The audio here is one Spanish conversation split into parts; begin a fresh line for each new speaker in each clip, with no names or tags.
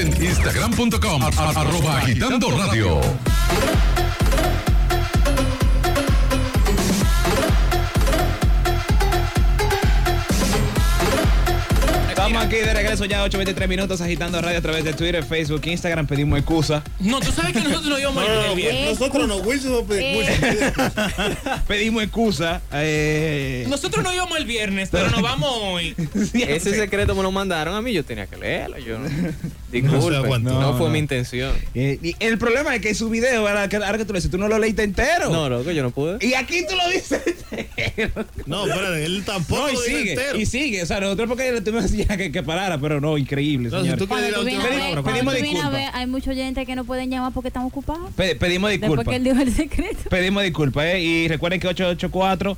en instagram.com arroba agitando radio.
Estamos aquí de regreso ya 8.23 minutos agitando radio a través de Twitter, Facebook, Instagram, pedimos excusa.
No, tú sabes que nosotros no íbamos
No,
el viernes.
nosotros pues, no, Wilson no pide-
pues.
Wilson pide-
Pedimos excusa. eh,
Nosotros no íbamos el viernes, pero nos vamos hoy.
Ese secreto me lo mandaron a mí, yo tenía que leerlo. Yo no. Disculpe,
No se
no,
aguantó.
fue
No, no.
mi intención.
eh, y el problema es que su video, ahora que, ahora que tú lo dices, tú no lo leíste entero.
No, loco, yo no pude.
Y aquí tú lo dices entero.
pues. No, espérate, él tampoco
No, y
lo dijo entero.
sigue, y sigue. O sea, nosotros porque le tuvimos que decir que, que parara, pero no, increíble,
No, si
señores.
tú quieres la
Cuando tú vienes
última
a
pedimos-
ver,
palabra.
cuando
pedimos
tú vienes a
disculpas.
ver, hay mucha gente que no pueden llamar porque están ocupados.
Pe- pedimos
Después
disculpas.
que él dijo el secreto.
Pedimos disculpas, ¿eh? Y recuerden que 884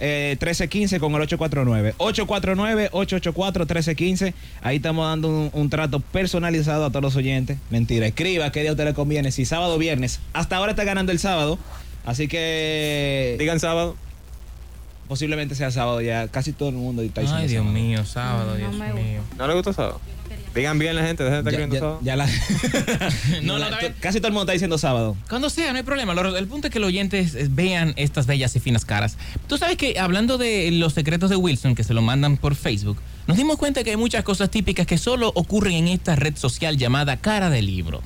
eh, 1315 con el 849. 849-884-1315. Ahí estamos dando un, un trato personalizado a todos los oyentes. Mentira, escriba qué día a usted le conviene. Si sábado o viernes. Hasta ahora está ganando el sábado. Así que
Digan sábado.
posiblemente sea sábado ya. Casi todo el mundo está diciendo
Ay, Dios
sábado.
mío, sábado,
No
Dios
me
mío.
¿No le gusta sábado? Digan bien la gente, dejen de estar
Ya,
escribiendo
ya-
sábado.
ya la-
No,
la-
no, está bien.
casi todo el mundo está diciendo sábado.
Cuando sea, no hay problema. Lo- El punto es que los oyentes eh, vean estas bellas y finas caras. Tú sabes que hablando de los secretos de Wilson, que se lo mandan por Facebook, nos dimos cuenta que hay muchas cosas típicas que solo ocurren en esta red social llamada cara de libro.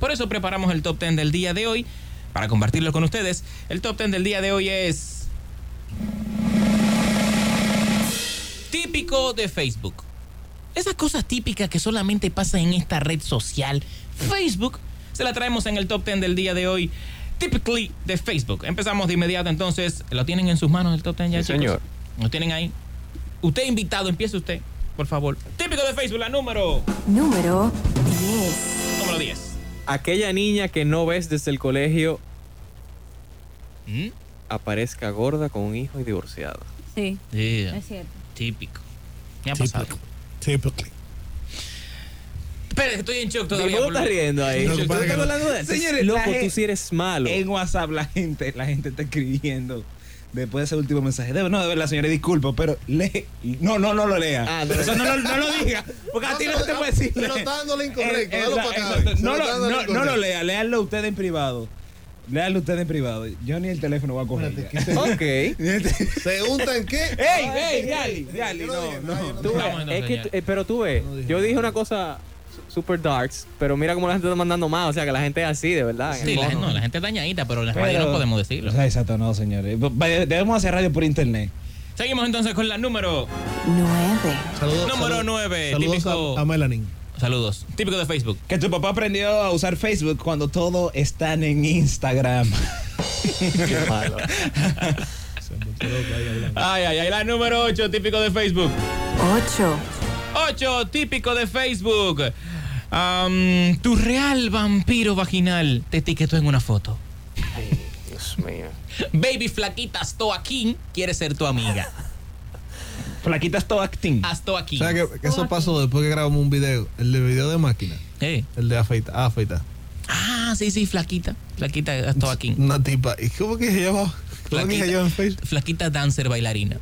Por eso preparamos el top 10 del día de hoy para compartirlo con ustedes. El top 10 del día de hoy es... Típico de Facebook. Esas cosas típicas que solamente pasan en esta red social, Facebook, se la traemos en el top 10 del día de hoy, typically de Facebook. Empezamos de inmediato entonces, ¿lo tienen en sus manos el top 10 ya,
Sí,
chicos?
señor.
¿Lo tienen ahí? Usted invitado, empiece usted, por favor. Típico de Facebook, la número,
Número 10.
número 10.
Aquella niña que no ves desde el colegio
¿Mm?
aparezca gorda con un hijo y divorciado.
Sí,
Yeah,
es cierto.
típico. Me ha pasado.
Typically.
Espera, que estoy en shock
¿Por qué
todavía.
tú
por lo-
estás riendo ahí?
Lo que
¿Tú
pasa es
estás
que-
hablando de-
Señores, la
Loco,
gente-
tú sí eres malo.
En WhatsApp la gente, la gente está escribiendo después de ese último mensaje. De- no, de verdad, señores, disculpa, pero lee. No, no, no lo lea.
Ah, no.
Eso no, lo- no lo diga. Porque a ti no te puede decir.
Se lo está dando lo incorrecto,
Eh,
dalo
exacto,
para acá,
exacto.
se
No
lo
lo-
está dando lo
no- no
incorrecto.
lo lea, leanlo usted en privado. Leanlo usted en privado. Yo ni el teléfono voy a coger.
Espérate,
ya.
que se-
Ok.
Ni el te-
¿Se unta en qué?
¡Ey, ey, Yali! Yali,
Yo no
no,
dije nada, yo
no.
no
Tú
Vamos,
ves,
entonces,
es que,
ya.
tú- eh, pero tú ves,
No dije
yo dije
nada.
una cosa su- super darks, pero mira cómo la gente está mandando más, o sea que la gente es así, de verdad. en
Sí,
el
la,
mono.
no, la gente es dañadita, pero en la
Pero-
radio no podemos decirlo.
Exacto, no, señores. Vaya, Debemos hacer radio por internet.
Seguimos entonces con la número
9.
Saludos,
Número
saludos.
nueve,
Saludos
típico-
a, a Melanie.
Saludos. Típico de Facebook.
Que tu papá aprendió a usar Facebook cuando todo está en Instagram.
Qué malo.
Se volvió loco ahí hablando.
Ay, ay, ay. La número 8, típico de Facebook.
8.
8, típico de Facebook. Am, tu real vampiro vaginal te etiquetó en una foto.
Dios mío.
Baby flaquita Stoaquín quiere ser tu amiga.
Flaquitas todo acting.
Ah. Astoaquín.
¿Sabes que, que eso pasó después que grabamos un video? El de video de máquina.
Eh.
El de afeita. Ah, afeita.
Ah, sí, sí, flaquita. Flaquita
Mm.
Stoaquín.
Una tipa. ¿Y cómo que se llama? ¿Cómo que se llama Pues en Facebook?
Flaquita dancer bailarina.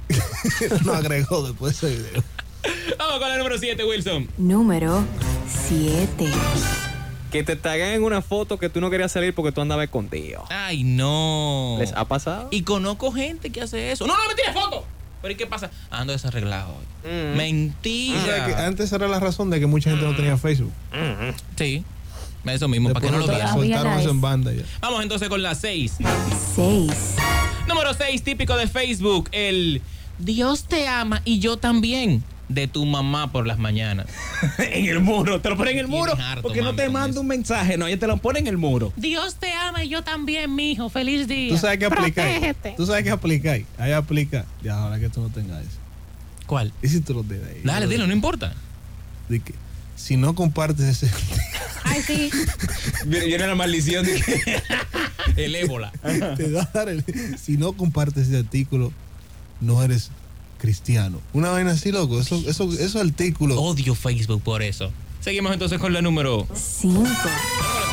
Lo agregó después de ese video.
Vamos con la número 7, Wilson.
Número 7.
Que te taguen en una foto que tú no querías salir porque tú andabas escondido.
Ay, no.
¿Les ha pasado?
Oh. Y conozco gente que hace eso. No, no, me tires foto. Pero ¿y qué pasa? Ando desarreglado hoy.
Mm.
O sea, que ah.
Mentira.
antes era la razón de que mucha gente no tenía Facebook.
Sí. Eso mismo, para que no lo
Después
veas.
otra-
Soltaron eso en banda ya.
Vamos entonces con la 6.
6.
Número 6, típico de Facebook. El Dios te ama y yo también. De tu mamá por las mañanas.
en el muro. Te lo ponen en el
Tienes
muro.
harto,
porque no
mami,
te
con
manda
eso.
un mensaje, no. Ella te lo pone en el muro.
Dios te ama y yo también, mijo. Feliz día.
Tú sabes que aplicáis. Tú sabes que aplicáis. Ahí aplica. Ya, ahora que tú no tengas eso.
¿Cuál?
¿Y si tú lo de ahí?
Dale, dilo, no importa.
De que, si no compartes ese.
Ay, sí.
Viene, viene la maldición de que-
El ébola.
te va a dar el- si no compartes ese artículo, no eres cristiano. Una vaina así, loco. Eso, eso, esos artículos.
Oh,
Odio Facebook por eso. Seguimos entonces con la número
5.
número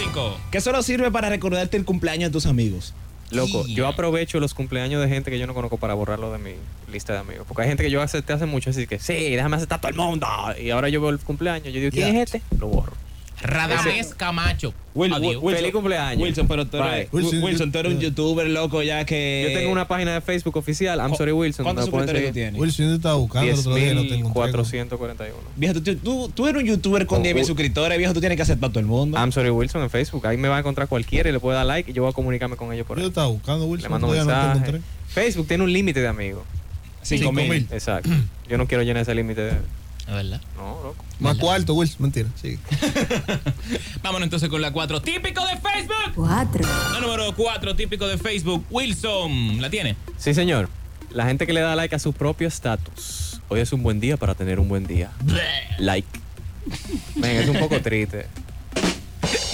5.
que solo sirve para recordarte el cumpleaños de tus amigos.
Loco,
Sí.
yo aprovecho los cumpleaños de gente que yo no conozco para borrarlo de mi lista de amigos. Porque hay gente que yo acepté hace mucho, así que sí, déjame aceptar a todo el mundo. Y ahora yo veo el cumpleaños, yo digo, ¿quién
Ya.
es este? Lo borro.
Radamés Camacho.
Wil-
Adiós.
Wil-
Feliz cumpleaños.
Wilson, pero tú eres,
Bye.
Wilson,
Wilson,
Wilson, tú eres un
yo-
youtuber loco ya que.
Yo tengo una página de Facebook oficial, I'm Sorry
Eh,
Wilson.
¿Cuántos
me pueden
suscriptores tú
seguir.
tienes?
Wilson, yo te estaba buscando el otro día y no te encontré.
10.441.
Viejo, tú, tú, tú eres un youtuber con
Oh,
10.000
oh.
suscriptores, viejo, tú tienes que aceptar a todo el mundo.
I'm Sorry Wilson en Facebook. Ahí me va a encontrar cualquiera y le puedo dar like y yo voy a comunicarme con ellos por
Yo te
ahí.
estaba buscando, Wilson.
Le mando un
todavía no te
mensaje.
encontré.
Facebook tiene un límite de amigos.
5.000.
5.000.
Exacto. Yo no quiero llenar ese límite de...
Es Ah, verdad.
No, loco.
Más cuarto, Wilson. Mentira. Sigue.
Vámonos entonces con la 4. Típico de Facebook.
cuatro,
La número 4, típico de Facebook. Wilson, ¿la tiene?
Sí, señor. La gente que le da like a su propio estatus. Hoy es un buen día para tener un buen día. Like. Venga, es un poco triste.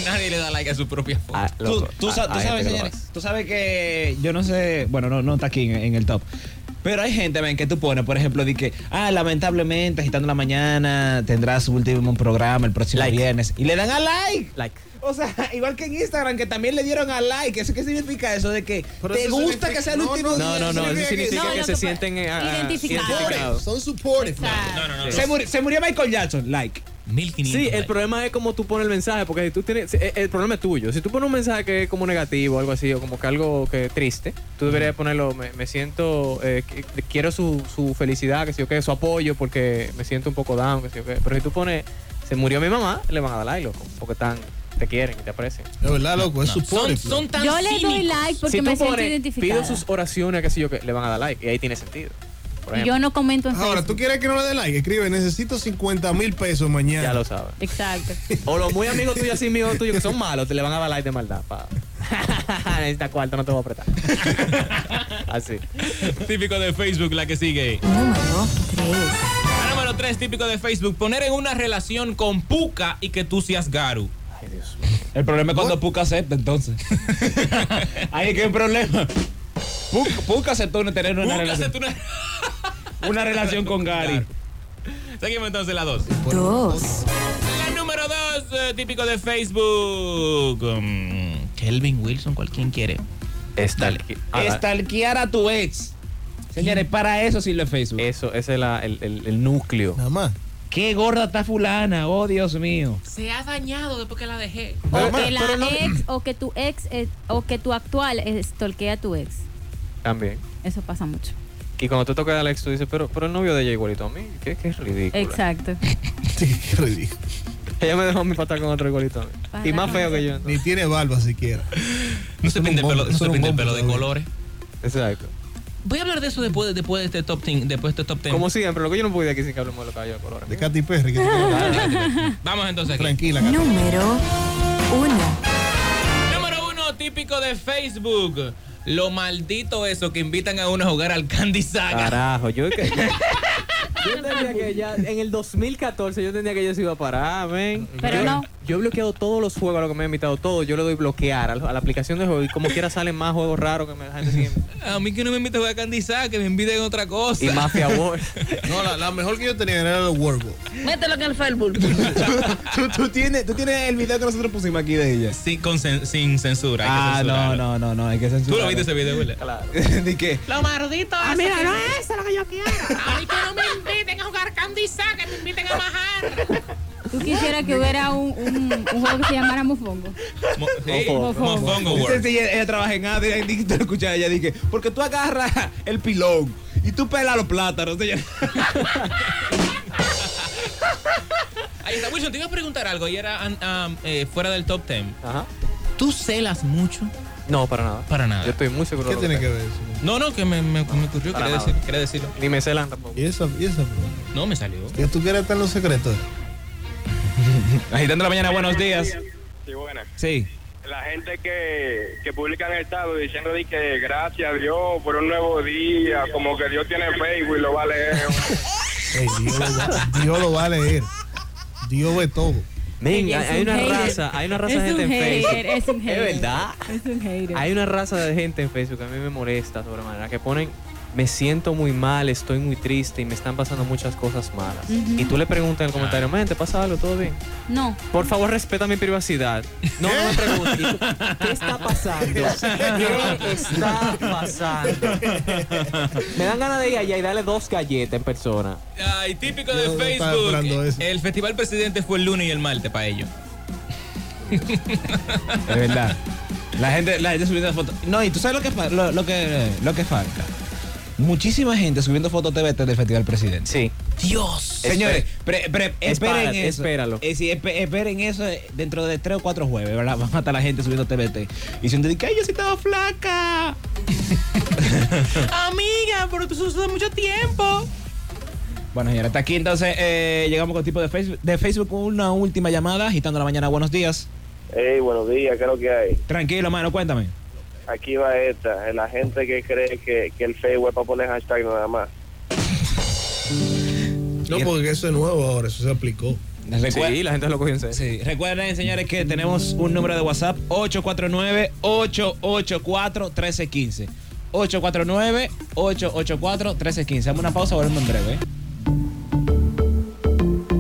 Nadie le da like a su propia foto.
Ah,
Tú,
loco,
tú
ah,
sa- tú sabes,
hay gente que lo
señores,
hace.
tú sabes que yo no sé, bueno, no, no está aquí en, en el top. Pero hay gente, ven, que tú pones, por ejemplo, de que, ah, lamentablemente, agitando la mañana, tendrás su último programa el próximo
Like.
viernes. Y le dan a like.
Like.
O sea, igual que en Instagram, que también le dieron a like. ¿Eso qué significa eso? De que
Pero
te
eso
gusta que sea el
significa-
último
no,
No,
día,
no, no. Eso significa
No,
que
lo
se
que
sienten eh, ah,
Identificados.
identificados.
Son supportive.
No, no, no.
Se, murió, se murió Michael Jackson, like.
1500.
Sí, el
likes.
problema es cómo tú pones el mensaje, porque si tú tienes, si- el, el problema es tuyo. Si tú pones un mensaje que es como negativo, algo así, o como que algo que es triste, tú deberías ponerlo, me, me siento, eh, que- quiero su, su felicidad, que sé yo qué, su apoyo, porque me siento un poco down, que sé yo qué. Pero si tú pones, se murió mi mamá, le van a dar like, loco, porque están, te quieren y te aprecian.
Es verdad, loco. Es
No, Son,
supportive.
son tan
Yo le doy
cínicos.
like porque
si tú
me siento
pones,
identificada.
pido sus oraciones, que sé yo qué, le van a dar like, y ahí tiene sentido. Por
Y
ejemplo,
yo no comento en
Ahora, ¿tú
Facebook.
quieres que no le dé like? Escribe, necesito 50 mil pesos mañana.
ya lo sabes.
Exacto.
O los muy amigos tuyos, así amigos tuyos, que son malos, te le van a dar like de maldad. Pa. Necesita cuarto, no te voy a apretar. así.
Típico de Facebook, la que sigue.
número tres,
La número 3, típico de Facebook. Poner en una relación con Puka y que tú seas Garu.
El problema es cuando Puka acepta, entonces. Ahí es que hay un problema. Puka, Puka aceptó no tener una,
Puka se
relación,
tú una...
una relación con Gary.
Seguimos entonces la 2.
dos,
La número 2, típico de Facebook. Mm, Kelvin Wilson, cual quien quiere.
Está.
Estalquear a tu ex. Señores, para eso sirve Facebook.
Eso, ese es la- el, el- el núcleo.
Nada más.
Qué gorda está fulana, oh Dios mío.
Se ha dañado después que la dejé.
O que la ex, o que tu ex, eh, o que tu actual estolquea a tu ex.
También.
Eso pasa mucho.
Y cuando te toca Alex, tú dices, pero, pero el novio de ella igualito a mí. Qué, qué ridículo.
Exacto.
Sí, qué ridículo.
Ella me dejó mi pata con otro igualito a mí.
Para
y más
que
feo
no
que yo.
Ni tiene barba siquiera.
No se
Son
pinte el
un
pelo,
bombo,
no se
son un
pinte el
bombo
pelo de
todavía.
colores.
Exacto.
Voy a hablar de eso después, después de este top 10. Después de este top 10.
Como siempre, lo que yo no pude aquí sin que hablemos de los caballos de colores.
De Katy Perry. Que
Vamos
Ah,
entonces aquí.
tranquila, Katy.
número uno,
Número uno, típico de Facebook. Lo maldito eso que invitan a uno a jugar al Candy Saga.
Carajo, yo que. Yo entendía que ya en el 2014 yo entendía que yo se iba a parar, ven.
Pero
Yo-
no.
Yo he bloqueado todos los juegos a los que me han invitado, todos. Yo le doy bloquear a, la- a la aplicación de juego y como quiera salen más juegos raros que me, la gente sigue.
A mí que no me invita a jugar Candy Saga, que me inviten a otra cosa.
Y Mafia World.
No, la, la mejor que yo tenía era el Warble.
Mételo en el Facebook.
¿Tú, tú tienes, tú tienes el video que nosotros pusimos aquí de ella.
Sin, con cen- sin censura.
Ah,
hay que
no,
censurarlo.
no, no, no, hay que
Tú
censurar.
lo viste ese video, Will.
Claro.
¿De qué?
Lo maldito Ah, mira, no es eso lo que yo quiero. Ay, que no me inviten a jugar Candy Saga, que me inviten a bajar.
Tú quisieras que hubiera un, un, un juego que se llamara Mofongo.
Mo- sí,
Mofongo.
Mofongo
Dice,
World.
sí, ella, ella trabaja en ADE, y dije, te lo escuchaba, ella dije, porque tú agarras el pilón y tú pelas los plátanos. señor.
Ahí está, Wilson, te iba a preguntar algo y era an- am, eh, fuera del top 10.
Ajá.
¿Tú celas mucho?
No, para nada.
Para nada.
Yo estoy muy seguro.
¿Qué
de lo
tiene que
tengo.
ver eso?
No, no, que me, me, me ocurrió,
Para
quería,
nada.
decir, quería decirlo.
Ni me celan tampoco.
¿Y esa, y esa pregunta?
No, me salió.
¿Que tú quieres estar en los secretos?
Agitando la mañana, buenos días.
Sí, buena.
Sí.
La gente que, que publican el estado diciendo de que gracias a Dios por un nuevo día, como que Dios tiene Facebook y lo va a leer.
Ey, Dios, lo va- Dios lo va a leer. Dios ve todo.
Men,
Ella
hay,
es
hay
un
una
hater.
raza, hay una raza
Es
de gente
un
en
hater,
Facebook.
es un hater.
verdad.
Es un hater.
Hay una raza de gente en Facebook que a mí me molesta sobremanera, que ponen, me siento muy mal, estoy muy triste y me están pasando muchas cosas malas.
Ujú.
Y tú le preguntas en el comentario, men, ¿te pasa algo? ¿Todo bien?
No.
Por favor, respeta mi privacidad. No, no me preguntes. ¿Y tú, ¿Qué está pasando? ¿Qué está pasando? Me dan ganas de ir allá y darle dos galletas en persona.
Ay, típico de
Yo no estaba esperando
Facebook.
eso.
El festival presidente fue el lunes y el martes para ellos.
De verdad. La gente, la gente subiendo fotos. No, y tú sabes lo que, fa- lo, lo que, lo que falta. Muchísima gente subiendo fotos TVT del Festival Presidente.
Sí.
Dios.
Señores, pre- pre- esperen
Espérate,
eso.
espéralo.
Eh, sí, espe- esperen eso eh, dentro de tres o cuatro jueves, ¿verdad? Van a estar la gente subiendo TVT. Y si un día dice, ay, yo sí estaba flaca.
Amiga, pero tú usas mucho tiempo.
Bueno, señores, hasta aquí entonces eh, llegamos con tipo de Facebook, de Facebook con una última llamada, agitando la mañana. Buenos días.
Hey, buenos días, ¿qué es lo que hay?
Tranquilo, mano, cuéntame.
Aquí va esta, la gente que cree que, que el Facebook es para poner hashtag nada más.
No, porque eso es nuevo ahora, eso se aplicó.
Recuerda-
Sí, la gente lo cogió en serio.
Sí, recuerden, señores, que tenemos un número de WhatsApp 849-884-1315. 849-884-1315. Hacemos una pausa, volvemos en breve. ¿eh?